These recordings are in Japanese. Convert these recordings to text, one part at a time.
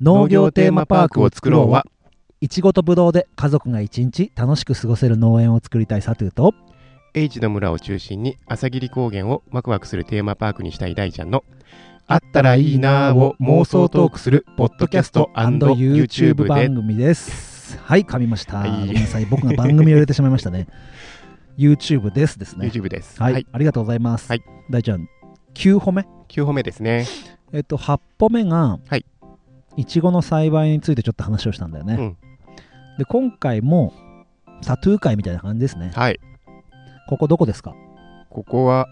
農業テーマパークを作ろうはいちごとぶどうで家族が一日楽しく過ごせる農園を作りたいサトゥーと H の村を中心に朝霧高原をワクワクするテーマパークにしたい大ちゃんのあったらいいなぁを妄想トークするポッドキャスト &YouTube で番組ですはい噛みました、はいごめんなさい僕が番組を入れてしまいましたね YouTube ですですね YouTube です。はい、はい、ありがとうございます、はい大ちゃん9歩目9歩目ですね。えっと8歩目が、はい、ちごの栽培についてちょっと話をしたんだよね、うんで今回もサトゥー会みたいな感じですねはい、ここどこですかここは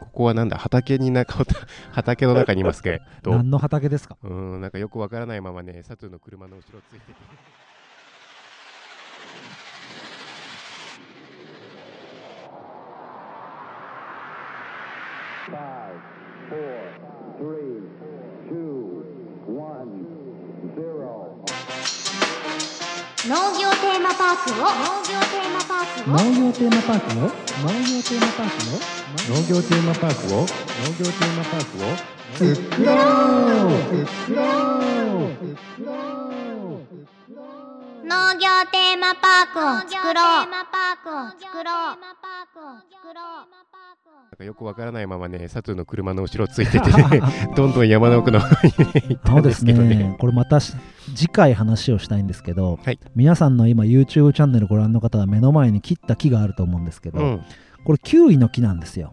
ここはなん だ畑に中を畑の中にいますけど、う何の畑ですかーんなんかよくわからないままね佐藤の車の後ろついてて。 Five, four, three, two, one, zero. 農業テーマパークを農業テーマパークを業テーマパークを農業テーマパークを農業テーマパークを農業テーマパークを農業テーマパークを作ろう作ろう作ろうなんかよくわからないままね佐藤の車の後ろつ いてて、ね、どんどん山の奥の方にね行ったそうんでですすけどねね、これまたし次回話をしたいんですけど、はい皆さんの今、YouTube チャンネルご覧の方は目の前に切った木があると思うんですけど、うんこれ、キウイの木なんですよ。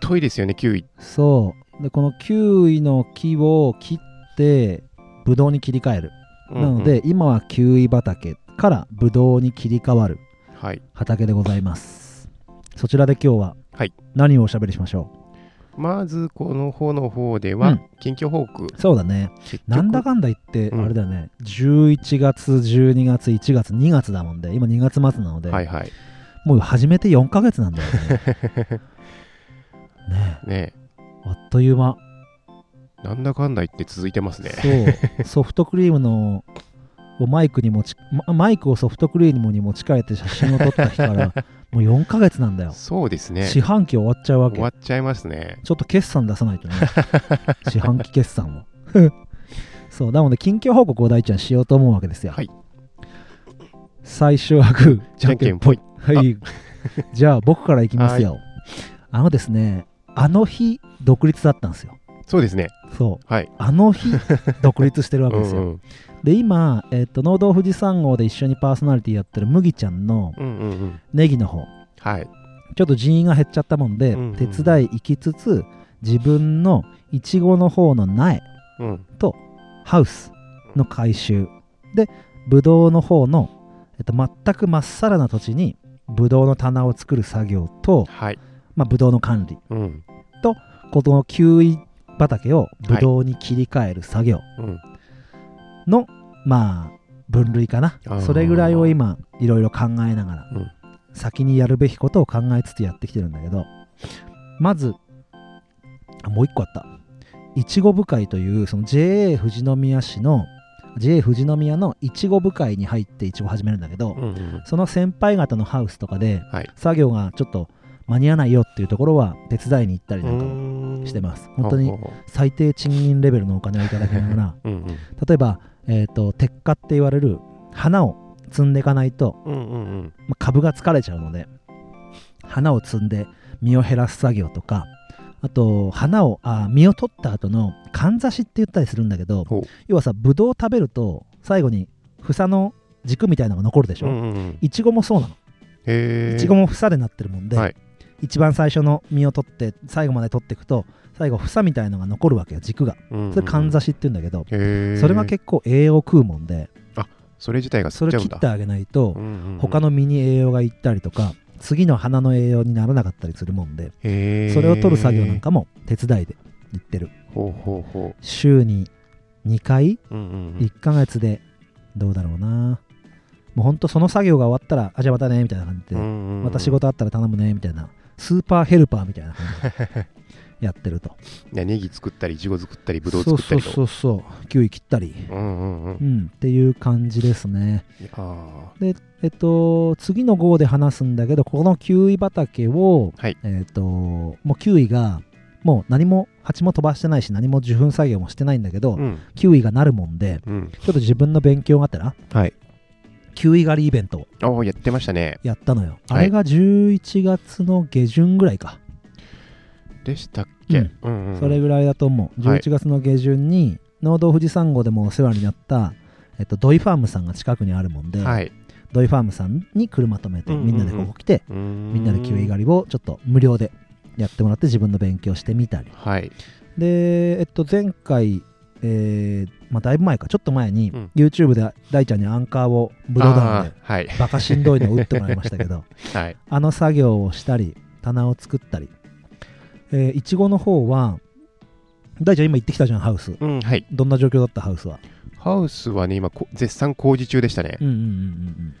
遠いですよねキウイそうでこのキウイの木を切って、ブドウに切り替える。うんなので、今はキウイ畑からブドウに切り替わるうんはい畑でございます。そちらで今日ははい何をおしゃべりしましょまずこの方の方では、うん近況報告う、そうだね、結局なんだかんだ言って、うんあれだよね、11月、12月、1月、2月だもんで、今2月末なので、はいはいもう始めて4ヶ月なんだよ ね。ねねえあっという間。なんだかんだ言って続いてますねそう、ソフトクリームのをマイクに持ち、まマイクをソフトクリームに持ち帰って写真を撮った日 から、もう4ヶ月なんだよ。そうですね四半期終わっちゃうわけ終わ。っちゃいますねちょっと決算出さないとね。 四半期決算を。 そう、なので、近況報告を大ちゃんしようと思うわけですよ。はい最初はグー、じゃんけんぽい。はい。 じゃあ、僕からいきますよ。あのですね、あの日、独立だったんですよ。そうですねそう。はいあの日、独立してるわけ うですよ。んうんで、今、えっと、農道富士山号で一緒にパーソナリティやってる麦ちゃんのうんうんうんネギの方、はいちょっと人員が減っちゃったもんで、うんうんうん手伝い行きつつ自分のいちごの方の苗うんハウスの回収でブドウの方の、えっと、全くまっさらな土地にブドウの棚を作る作業と、はいまあ、ブドウの管理うんこのキウイ畑をブドウに切り替える作業うんの、まあ分類かなあーそれぐらいを今いろいろ考えながら、うん先にやるべきことを考えつつやってきてるんだけどまずあもう一個あったいちご部会というその JA 富士宮市の JA 富士宮のいちご部会に入っていちご始めるんだけど、うんうんその先輩方のハウスとかで、はい作業がちょっと間に合わないよっていうところは手伝いに行ったりなんかもうんしてます本当にほうほ最低賃金レベルのお金をいただきながらううんうん例えば、えー、と鉄火って言われる花を摘んでいかないと、うんうんうんまあ株が疲れちゃうので花を摘んで実を減らす作業とかあと花をあ実を取った後のかんざしって言ったりするんだけどほう要はさブドウ食べると最後に房の軸みたいなのが残るでしうょんうんうんいちごもそうなのへえいちごも房でなってるもんで、はい一番最初の実を取って最後まで取っていくと最後房みたいのが残るわけよ軸がそれかんざししって言うんだけど、へえそれが結構栄養を食うもんでそれ自体がそ吸っちれゃうん切だってあげないと他のの実に栄養がいったりとか次の花の栄養にならなかったりするもんでそそれを取る作業なんかも手伝いで行ってるほうほうほ週に2回ううんうんうん1ヶ月でどうだろうなもうほんとその作業が終わったらあじゃあまたねみたいな感じうんでうんうんまた仕事あったら頼むねみたいなスーパーヘルパーみたいな感 じでやってるとねネギ作ったりいちご作ったりぶどうそうそ作ったうりとそうそうキウイ切ったりうんうんうんうんっていう感じですねいやーえっと、次の号で話すんだけど、このキウイ畑を、はいえっと、もうキウイが、もう何も蜂も飛ばしてないし何も受粉作業もしてないんだけど、うんキウイがなるもんでうんちょっと自分の勉強があってなはいキウイ狩りイベントをおーやってましたねやったのよはあいれが11月の下旬ぐらいか、でしたっけ、うんうんうんそれぐらいだと思うはい11月の下旬に農道富士山号でもお世話になった、えっと、ドイファームさんが近くにあるもんで、はいドイファームさんに車止めてうんうんうんみんなでここ来て、みみんなでキウイ狩りをちょっと無料でやってもらって自分の勉強してみたりはいで、えっと、前回、えーまあ、だいぶ前かちょっと前にうん YouTube で大ちゃんにアンカーをブドウあダーではいバカしんどいのを打ってもらいましたけ どはいあの作業をしたり棚を作ったりえーいちごの方は大ちゃん今行ってきたじゃんハウスうんはいどんな状況だったハウスはハウスはね今こ絶賛工事中でしたね、うんうんうんうんうん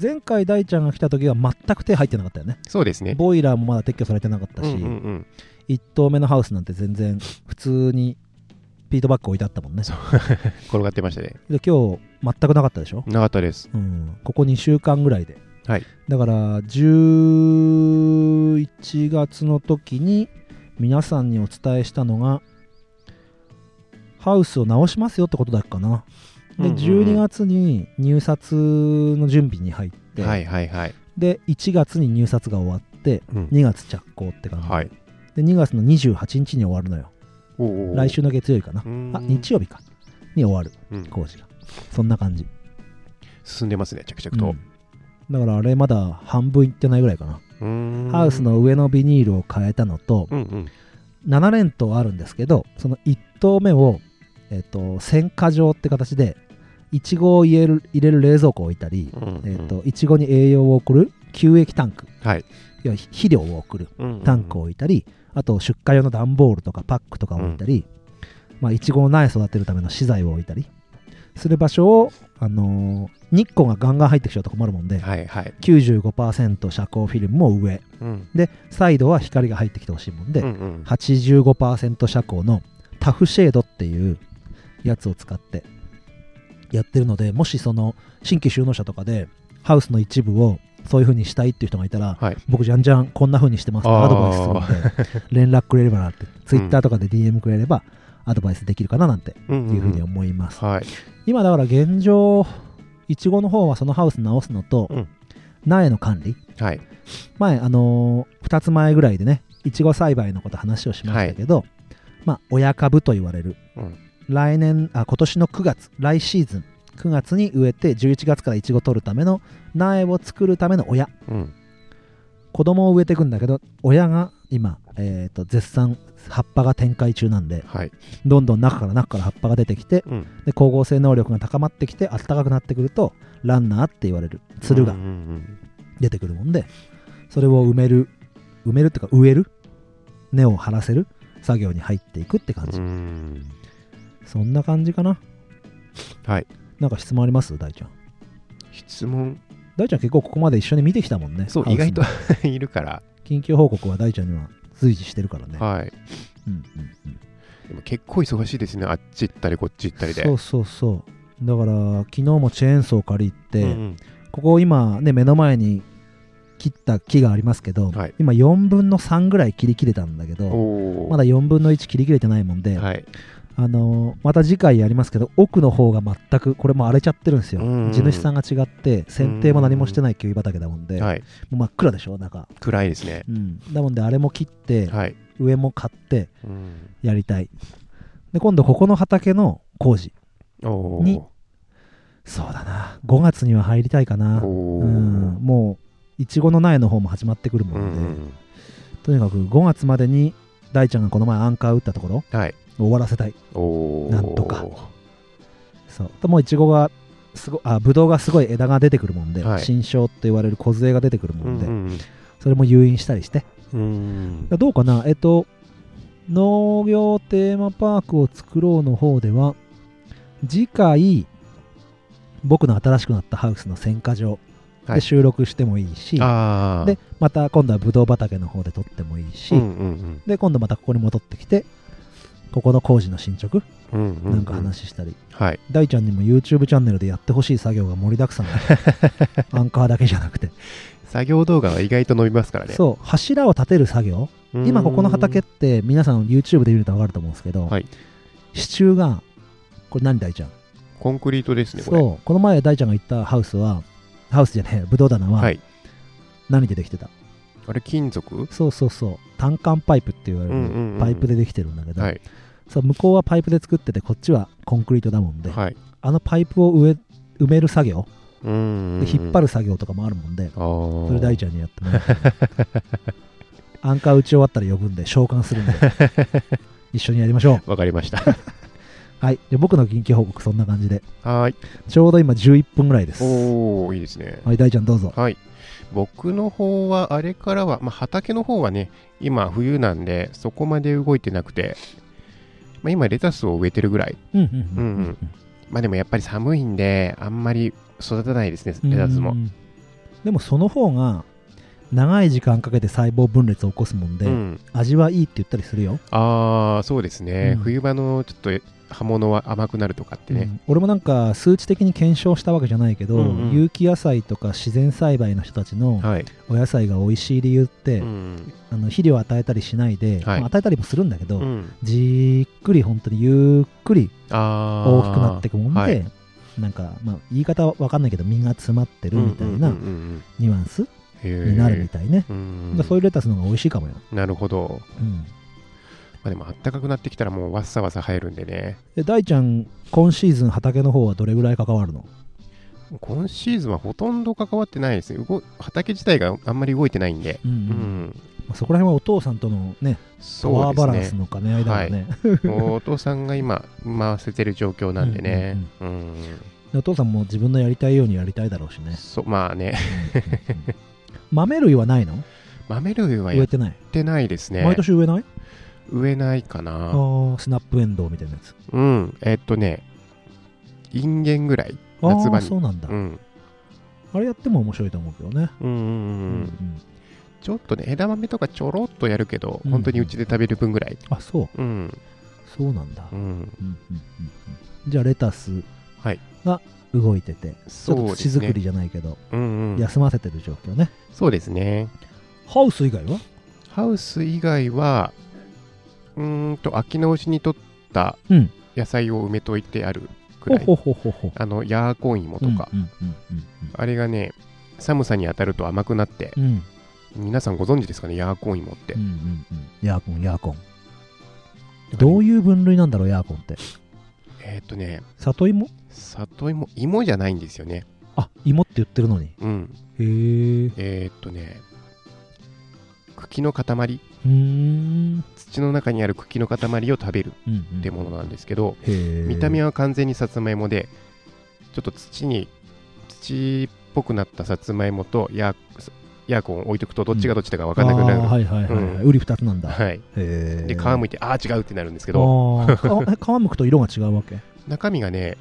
前回大ちゃんが来た時は全く手入ってなかったよねそうですねボイラーもまだ撤去されてなかったし、うんうんうん1棟目のハウスなんて全然普通にピートバック置いてあったもんねそう転がってましたねで今日全くなかったでしょ、なかったですうん、ここ2週間ぐらいで、はいだから11月の時に皆さんにお伝えしたのがハウスを直しますよってことだっけかなで、うんうんうん12月に入札の準備に入って、はいはいはい、で1月に入札が終わってうん2月着工って感じ、はいで2月の28日に終わるのよおー来週の月曜日かなうーんあ日曜日かに終わるうん工事がそんな感じ、進んでますね着う々とんだからあれまだ半分いってないぐらいかな、うーんハウスの上のビニールを変えたのと、うんうん7連棟あるんですけどその1棟目を、えっと選果場って形でいちごを入れる入れる冷蔵庫を置いたり、うんうんえっといちごに栄養を送る給液タンクはい要は肥料を送るタンクをを置いたり、あと出荷用の段ボールとかパックとかを置いたり、まあ、いちごを苗育てるための資材を置いたりする場所を、あのー日光がガンガン入ってきちゃうと困るもんで、はいはい95%遮光フィルムも上うんでサイドは光が入ってきてほしいもんで、うんうん85%遮光のタフシェードっていうやつを使ってやってるのでもしその新規収納者とかでハウスの一部をそういう風にしたいっていう人がいたら、はい僕じゃんじゃんこんな風にしてますってあーアドバイスするんで連絡くれればなってツイッターとかで DM くれればアドバイスできるかななんてうんいう風にん思います、はい今だから現状いちごの方はそのハウス直すのと、うん苗の管理はい前あのー、2つ前ぐらいでねいちご栽培のこと話をしましたけど、まあ親株と言われる、うん来年あ今年の9月来シーズン9月に植えて11月からいちご取るための苗を作るための親うん子供を植えていくんだけど親が今、えー、と絶賛葉っぱが展開中なんではいどんどん中から中から葉っぱが出てきてうんで光合成能力が高まってきて暖かくなってくるとランナーって言われるつるがうんうん出てくるもんでそれを埋める埋めるっていうか植える根を張らせる作業に入っていくって感うんうじ、んそんな感じかなはいなんか質問あります大ちゃん質問大ちゃん結構ここまで一緒に見てきたもんねそうハウ意スの外と いるから緊急報告は大ちゃんには随時してるからね、はいうんうんうんでも結構忙しいですねあっち行ったりこっち行ったりでそうそうそうだから昨日もチェーンソー借りて、うんここ今ね目の前に切った木がありますけど、はい今4分の3ぐらい切り切れたんだけうんどおおまだ4分の1切り切れてないもんで、はいあのーまた次回やりますけど奥の方が全くこれもう荒れちゃってるんですよ、うんうん地主さんが違って剪定も何もしてないキウイ畑だもんで、もはいう真っ暗でしょ中、暗いですねうん、だもんであれも切って、はい上も買ってうんやりたいで今度ここの畑の工事おーにそうだな5月には入りたいかなおうんーもういちごの苗の方も始まってくるもうんで、んとにかく5月までに大ちゃんがこの前アンカー打ったところはい終わらせたいおおなんとかそうでもういちごがすごあぶどうがすごい枝が出てくるもんで、はい新梢って言われる梢が出てくるもうんんで、うんそれも誘引したりしてだかうんらどうかなえっと農業テーマパークを作ろうの方では次回僕の新しくなったハウスの選果場はでい収録してもいいし、ああでまた今度はぶどう畑の方で撮ってもいいし、うんうんで今度またここに戻ってきてここの工事の進捗うんうんうなんか話したり、はい大 ちゃんにも YouTube チャンネルでやってほしい作業が盛りだくさんだアンカーだけじゃなくて作業動画は意外と伸びますからね。そう柱を立てる作業うーん今ここの畑って皆さん YouTube で見ると分かると思うんですけど、はい支柱がこれ何大ちゃんコンクリートですね、これ。そうこの前大ちゃんが行ったハウスはハウスじゃねえブドウ棚は。はい何でできてた、あれ、金属そうそうそう単管パイプって言われる、うんうんうんパイプでできてるんだけど、はい。そう向こうはパイプで作っててこっちはコンクリートだもんで、はい。あのパイプを植え埋める作業うーん。で引っ張る。る作業とかもあるもんで、あーそれ大ちゃんにやっても らってアンカー打ち終わったら呼ぶんで召喚す るんで一緒にやりましょうわかりました。 はいで僕の緊急報告そんな感じではーい。ちょうど今11分ぐらいですおー、いいですね。はい大ちゃんどうぞはい。僕の方は、あれからは、まあ、畑の方はね、今冬なんで、そこまで動いてなくて、まあ、今レタスを植えてるぐらい。うんうんうんうんまあでもやっぱり寒いんで、あんまり育たないですね、うんレタスもう。んでもその方が長い時間かけて細胞分裂を起こすもんで、うん、味はいいって言ったりするよ、ああ、そうですね、うん冬場のちょっと刃物は甘くなるとかってうね。ん俺もなんか数値的に検証したわけじゃないけど、うんうん有機野菜とか自然栽培の人たちのはい。お野菜が美味しい理由って、うん。あの肥料を与えたりしないで、はいまあ与えたりもするんだけど、うんじーっくり本当にゆっくりああ。大きくなっていくもんで、はいなんか、まあ、言い方は分かんないけど実が詰まってるみたいうんなうんうんニュアンスうんになるみたいね、へーうんだからそういうレタスの方が美味しいかもよ、なるほど。うん、まあ、でも、暖かくなってきたらもうわっさわさ生えるんでね。で大ちゃん今シーズン畑の方はどれぐらい関わるの今シーズンはほとんど関わってないですね。動畑自体があんまり動いてないんで。うんううんん。まあそこら辺はお父さんとのねパそワうーバラでンすスね。の兼ね合いだもんね、お父さんが今、回せてる状況なんでね。うんでお父さんも自分のやりたいようにやりたいだろうしねそう、まあね、 豆類はないの豆類は植やえってない、てないですね。毎年植えない植えないかあな。ースナップエンドウみたいなやつうん、えっとね、インゲンぐらい。あ夏場あにそうなんだ、うん。あれやっても面白いと思うけどね、うんうんううんうん。ちょっとね、枝豆とかちょろっとやるけど、うん本当にうちで食べる分ぐらい。あそううん。そうなんだ、ううんん。うんうんうんじゃあレタスはいが動いてて、ちょっそとうで土す作ね。りじゃないけど、うんうん。休ませてる状況ねそうですね。ハウス以外はハウス以外は、うーんと、秋のうちに取ったうん野菜を埋めといてあるくほらい。ほほほほあの、ヤーコン芋とか、うんうんうんあれがね、寒さに当たると甘くなって、うんうん皆さんご存知ですかね、ヤーコン芋ってうんう。んうんヤーコンヤーコンどういう分類なんだろうヤーコンってえっとね、里芋里芋、芋じゃないんですよね。あ芋って言ってるのにうん。へええーっとね、茎の塊、うーん土の中にある茎の塊を食べるうんうんってものなんですけど、へえ見た目は完全にさつまいもで、ちょっと土に、土っぽくなったさつまいもとヤーヤーコンを置いとくと、どっちがどっちだか分かんなくなる。あーはいはいはいはい、うんうり二つなんだ、はい。へえで、皮むいて、ああ、違うってなるんですけど、あーか皮 むくと色が違うわけ中身がね、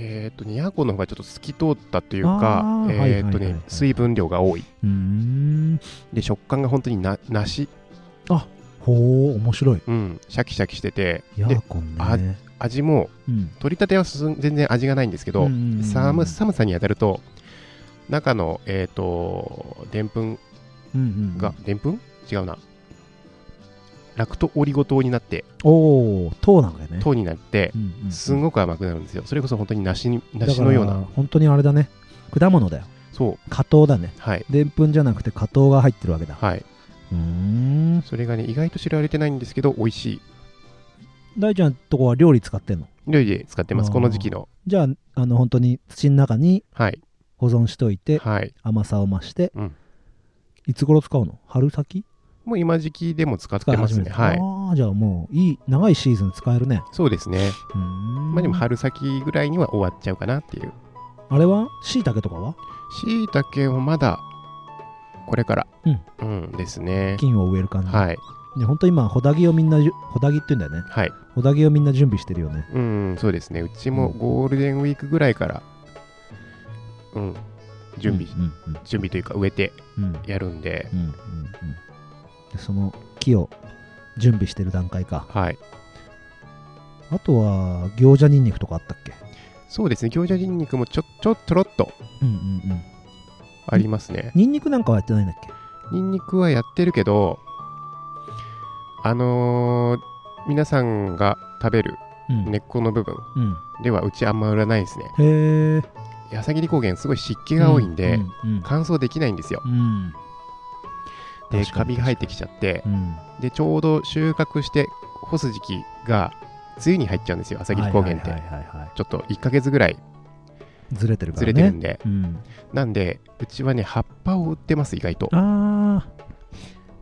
えーっとね、ヤーコンの方がちょっと透き通ったというあか、ーえーっはいはといはいはい、ね水分量が多い。うーんで、食感が本当にな梨、ほう面白いうん、シャキシャキしてて、ヤでー、コンあね味も、うん取り立てはす全然味がないんですけど、うんうんうん寒寒さに当たると中のえっ、とでんぷんうんうんがでんぷん違うなラクトオリゴ糖になっておお糖なんだよね糖になってうんうんうんすんごく甘くなるんですよそれこそ本当に梨に梨のようだなから本当にあれだね果物だよそう果糖だねはいでんぷんじゃなくて果糖が入ってるわけだはいうーんそれがね意外と知られてないんですけど美味しい大ちゃんとこは料理使ってんの料理で使ってまあすーこの時期のじゃああの本当に土の中にはい保存しといてはい甘さを増して、うんいつ頃使うの春先もう今時期でも使っ使ていま始すめねる、はいああじゃあもういい長いシーズン使えるねそうですねうーんまあでも春先ぐらいには終わっちゃうかなっていうあれはしいたけとかはしいたけをまだこれから、うんですね。菌を植える感じ、はい、で本当今ホダギをみんなじゅホダギって言うんだよねはい、ホダギをみんな準備してるよねうん、そうですね。うちもゴールデンウィークぐらいから、うん、準備、うんうん準備というか植えてうんうんやるんで、うんうんうんでその木を準備してる段階かはい、あとは餃子ニンニクとかあったっけそうですね。餃子ニンニクもちょちょちょろっとうんうんうんありますね。ニンニクなんかはやってないんだっけニンニクはやってるけど、あのー皆さんが食べるうん、根っこの部分うん、ではうちあんま売らないですね。へえ八さぎり高原すごい湿気が多いんで、うんうん乾燥できないんですよ。うんで、確かカにビが生えてきちゃって、うんで、ちょうど収穫して干す時期が梅雨に入っちゃうんですよ、朝霧高原って。はいはいはいはいはちょっと1ヶ月ぐらいいずれてるかずらねれてるんで、うん、なんで、うちはね、葉っぱを売ってます、意外と。ああ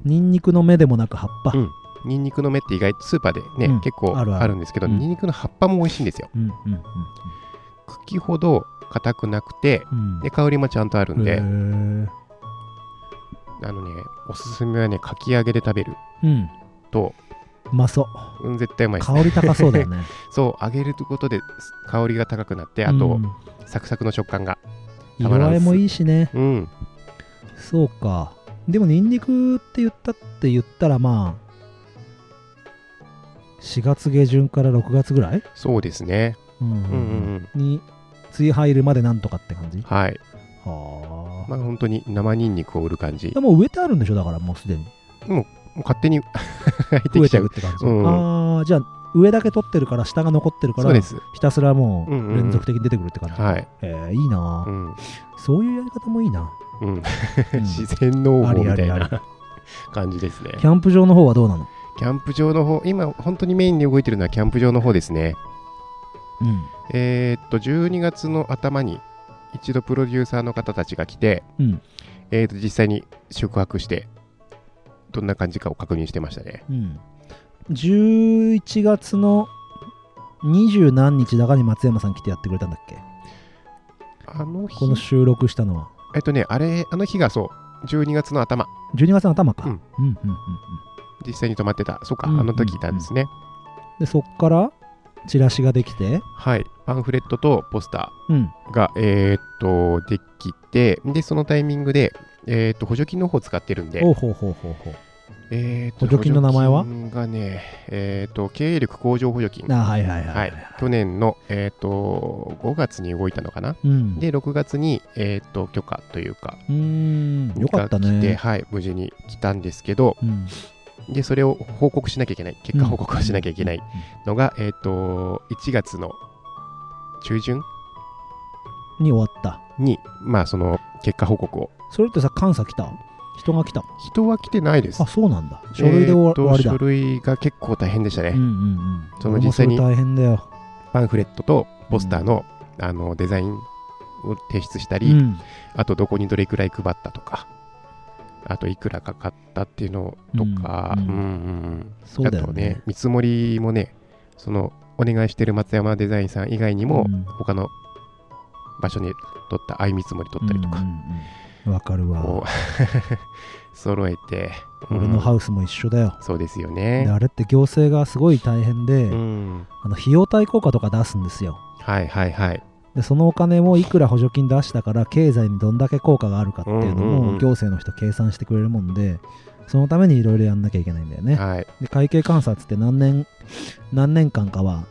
ニンニクの芽でもなく葉っぱ、うんニンニクの芽って意外とスーパーでね、うん結構あるあるあるんですけど、うんニンニクの葉っぱも美味しいんですよ。うん、うんうん茎ほど硬くなくて、うんで、香りもちゃんとあるんへで、ーあのね、おすすめはね、かき揚げで食べるうんと、うまそううん、絶対うまいです。香り高そうだ よねそう、揚げることで香りが高くなって、あうと、んサクサクの食感が。たま色らんっ合すいもいいしねうん、そうかでもニンニクって言ったって言ったらまあ4月下旬から6月ぐらい、そうですね。うんうんうんうん。に梅雨入るまでなんとかって感じははい。あ、まあ、本当に生ニンニクを売る感じで。も植えてあるんでしょだからもうすでにもう勝手に 入って植えきちてゃるう。って感じ、うんああじゃあ上だけ取ってるから下が残ってるかそうらです。ひたすらもううんうんうん連続的に出てくるって感じ、はい。えーいいなあ、うん。そういうやり方もいい な、うん、うん自キ然農法みたいありありな 感じですね。ャンプ場の方はどうなの、キャンプ場の方、今、本当にメインで動いてるのはキャンプ場の方ですね。うんえーっと、12月の頭に一度プロデューサーの方たちが来て、うんえーっと、実際に宿泊して、どんな感じかを確認してましたね。うん、11月の二十何日だかに松山さん来てやってくれたんだっけあの日、この収録したのはえっとね、あれ、あの日がそう、12月の頭、 12月の頭か、ううんんうんうんうん、実際に泊まってた、そうか、うんあの時いたんですね。でそっからチラシができて、はい、パンフレットとポスター。うん、が、えーっと、できて、で、そのタイミングで、えーっと、補助金の方使ってるんで、おうほうほうほうほうえーっと補助金の名前は補助金がね、えーっと、経営力向上補助金。あはいはいはいはい、去年の、えーっと、5月に動いたのかな。うん、で、6月に、えーっと、許可というか、うーんよかったが来てね、はい、無事に来たんですけど、うん、で、それを報告しなきゃいけない、結果報告をしなきゃいけないのが、えーっと、1月の中旬に終わったに、まあ、その、結果報告を。それってさ監査来た人が来た人は来てないですあそうなんだ書類で終わ,、えーとりだ書類が結構大変でしたね、うんうんうんその実際に俺もそれ大変だよパンフレットとポスターの,、あのデザインを提出したり、うんあとどこにどれくらい配ったとかあといくらかかったっていうのとか、ううんんううんんそうだあよとねね見積もりもねそのお願いしてる松山デザインさん以外にも、うん他の場所に取った相見積もり取ったりとうか、んうんうんわかるわこう 揃えて、うん俺のハウスも一緒だよ、そうですよでね、あれって行政がすごい大変で、うん、あの費用対効果とか出すんですよはいはいはいでそのお金もいくら補助金出したから経済にどんだけ効果があるかっていうのうんうんうんも行政の人計算してくれるもんでそのためにいろいろやんなきゃいけないんだよねはいで会計監査っつって何年何年間かは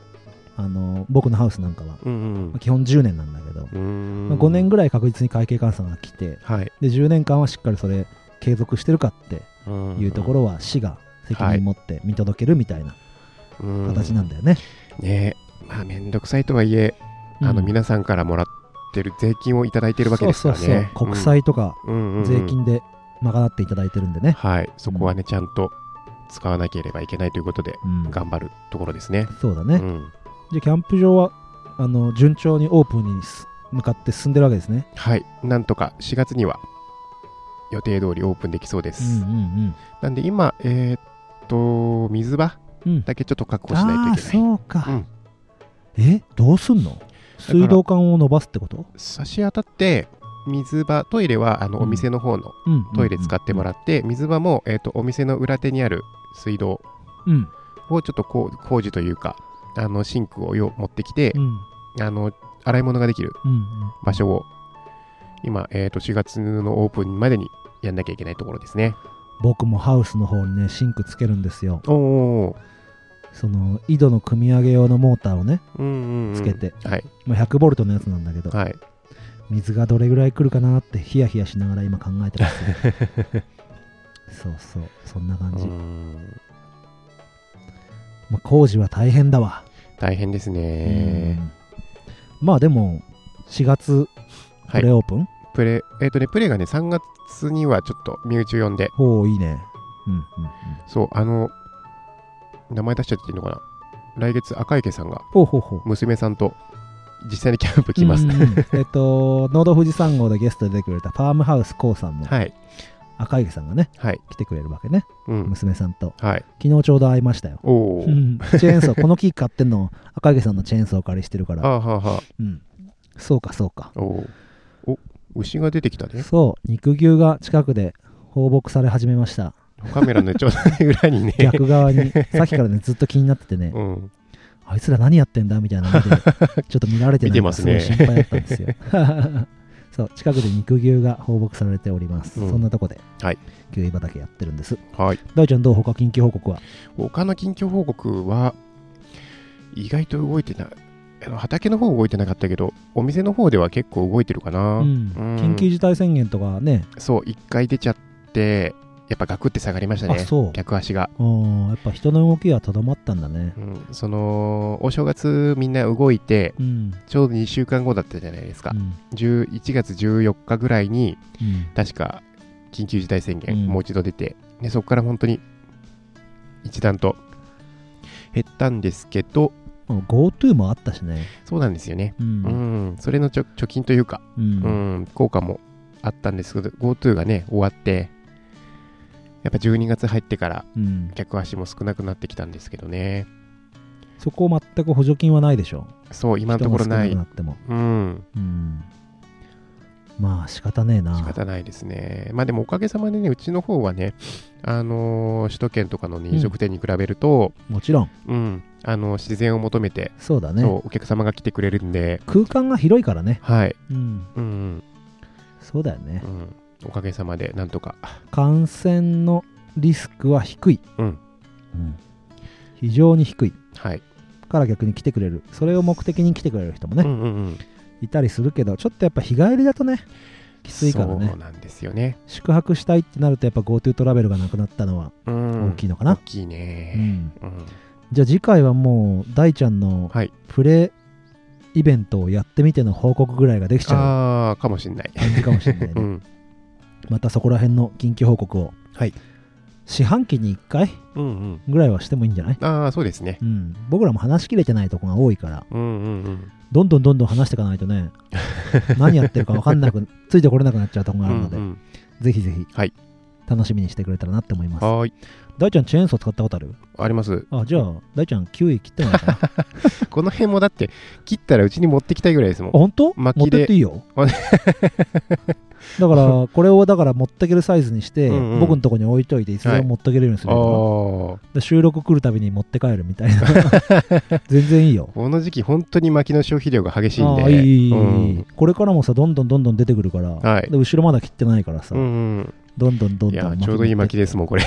あの僕のハウスなんかは、まうんあ基本10年なんだけど、うん、まあ5年ぐらい確実に会計監査が来てはい、で10年間はしっかりそれ継続してるかっていうところは市が責任持って見届けるみたいなろ形なんだよね。ねえまあ面倒くさいとはいえ、あのうん皆さんからもらってる税金をいただいてるわけですからねそうそうそう国債とかうんうんうんうん税金で賄っていただいてるんでね、はいそこはねちゃんと使わなければいけないということでうん頑張るところですね、そうだうね、じゃん、あキャンプ場はあの順調にオープンにす向かって進んでるわけですねはいなんとか4月には予定通りオープンできそうでうす、んうんなんで今えーっと水場うんうんだけちょっと確保しあないあといけないそうか、うんえどうすんの水道管を伸ばすってこと、差し当たって水場トイレはあのお店の方のうんうんうんトイレ使ってもらって、水場も、えー、とお店の裏手にある水道うんをちょっとこう工事というかあのシンクをよ持ってきてう、んあの洗い物ができるうん場所を今、えー、と4月のオープンまでにやんなきゃいけないところですね。僕もハウスの方にねシンクつけるんですよおお、その井戸の組み上げ用のモーターをね、うんうんうんつけてはいまあ、100ボルトのやつなんだけどはい水がどれぐらい来るかなってヒヤヒヤしながら今考えてます そうそうそんな感うじ、んまあ、工事は大変だわ、大変ですねう。んまあでも4月はプいレオープン、プレ、えっ、とね、プレがね、3月にはちょっと身内を呼んで、おおいいねうんうんうんそう、あの、名前出しちゃっていいのかな。来月、赤池さんがほうほうほう娘さんと実際にキャンプ来ます。うんうん うんえっと農道富士山号でゲストで出てくれたファームハウス k o さんもはい、赤池さんがねはい、来てくれるわけねうん、娘さんとはい。昨日ちょうど会いましたよおおう。んチェーンソーこの木買ってんの赤池さんのチェーンソーお借りしてるかはらあ、はあはうんそうかそうかあ、おーお。牛が出てきたね。そう肉牛が近くで放牧され始めま したカメラのちょうど裏にね。 逆側にさっきからねずっと気になっててねうん。あいつら何やってんだみたいなの でちょっと見られてな見ていまかすすねごい心配だったんですよ そう近くで肉牛が放牧されております、うんそんなとこで、はい、牛畑やってるんですはい。大ちゃんどう他緊急報告は他の近況報告は、意外と動いてない。あの畑の方動いてなかったけど、お店の方では結構動いてるかな。うん緊急事態宣言とかねそう、一回出ちゃって、やっぱガクって下がりましたあね。そう客足が。うんやっぱ人の動きはとどまったんだねうん、その、お正月みんな動いて、うん、ちょうど2週間後だったじゃないですかう。ん11月14日ぐらいに、うん確か緊急事態宣言、うんもう一度出て、でそこから本当に一段と減ったんですけど、もう GoTo もあったしねそうなんですよね。ううんん、それのちょ貯金というか、ううんん、効果もあったんですけど、GoTo がね、終わって、やっぱ12月入ってからうん客足も少なくなってきたんですけどね。そこ全く補助金はないでしょそう、今のところない。人が少なくなってもうん、うんまあ仕方ねえな仕方ないですね。まあでもおかげさまでね、うちの方はね、あのー首都圏とかのね飲食店に比べると、もちろんうん、あの自然を求めて、そうだねそう、お客様が来てくれるんで、空間が広いからね、はい、うん、うん、そうだよねう、ん、おかげさまで、なんとか、感染のリスクは低い、うんうん非常に低いはい、から逆に来てくれるそれを目的に来てくれる人もね、うんうんうん、いたりするけどちょっとやっぱ日帰りだとねきついからねそうなんですよね。宿泊したいってなるとやっぱ GoTo トラベルがなくなったのはうん、大きいのかな大きいね。うん、じゃあ次回はもう大ちゃんのはいプレイベントをやってみての報告ぐらいができちゃああ、かもしんない。う感じかもしれないね、うん、またそこら辺の緊急報告を、はい四半期に1回うん、うん、ぐらいはしてもいいんじゃない、ああ、そうですね。うん、僕らも話しきれてないとこが多いからうん、うん、うん。どんどんどんどん話していかないと ね何やってるか分かんなくついてこれなくなっちゃうとこがあるので、うんうんぜひぜひ、はい楽しみにしてくれたらなって思いますはーい、大ちゃんチェーンソー使ったことあるあります。あじゃあ大ちゃんキウイ切ってもらえた らこの辺もだって、切ったらうちに持ってきたいぐらいですもん。本当持巻っきでてっていいよ あだからこれをだから持ってけるサイズにしてうんうん僕のとこに置いといていつでも持ってけるようにするよ、ああ、で収録来るたびに持って帰るみ たいな全然いいよこの時期、本当に薪の消費量が激しいんで。ああいいいいいい、うんこれからもさどんどんどんどん出てくるから、はいで後ろまだ切ってないからさ、うんどんどんどうんん、いどやんちょうどいい薪ですすもんこれ、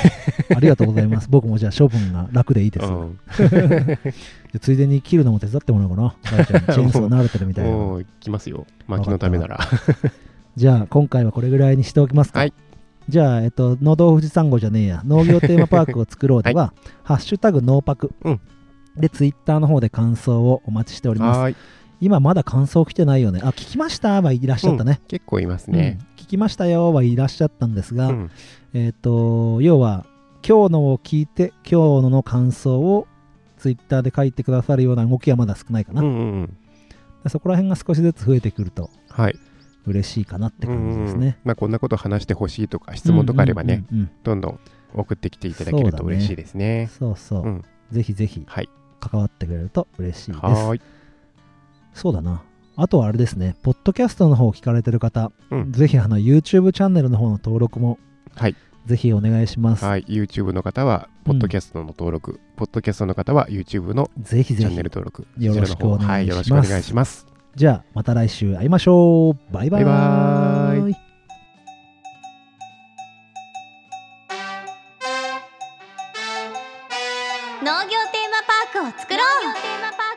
ありがとうございます 僕もじゃあ処分が楽でいいです、うん、じゃあついでに切るのも手伝ってもらおうかな大ち ゃんチェーンソー慣れてるみたいもなう来ますよ薪のためならじゃあ今回はこれぐらいにしておきますか、はいじゃあ、えっと、農道富士山号じゃねえや、農業テーマパークを作ろうでは、ハッシュタグ農パク、うんで、ツイッターの方で感想をお待ちしております。はーい今まだ感想来てないよね。あ、聞きましたはいらっしゃったね。結構いますね、うん聞きましたよはいらっしゃったんですうが、んえっ、と要は今日のを聞いて今日のの感想をツイッターで書いてくださるような動きはまだ少ないかうな、んうんうん、そこら辺が少しずつ増えてくるとはい嬉しいかなって感じですうんうんね、まあ、こんなこと話してほしいとか質問とかあればね、うんうんうんどんどん送ってきていただけるそとうだね嬉しいですうんねそうそう、うんぜひぜひはい関わってくれると嬉しいですはーいそうだなあとはあれですねポッドキャストの方を聞かれてる方、うんぜひあの YouTube チャンネルの方の登録もはいぜひお願いします、はい YouTube の方はポッドキャストの登録、ポッドキャストの方は YouTube のぜひチぜャひンネル登録よろしそちくらのお方は願いいよろししくおます願いしますじゃあまた来週会いましょうバイバイバイバーイ農業テーマパークを作ろう農業テーマパ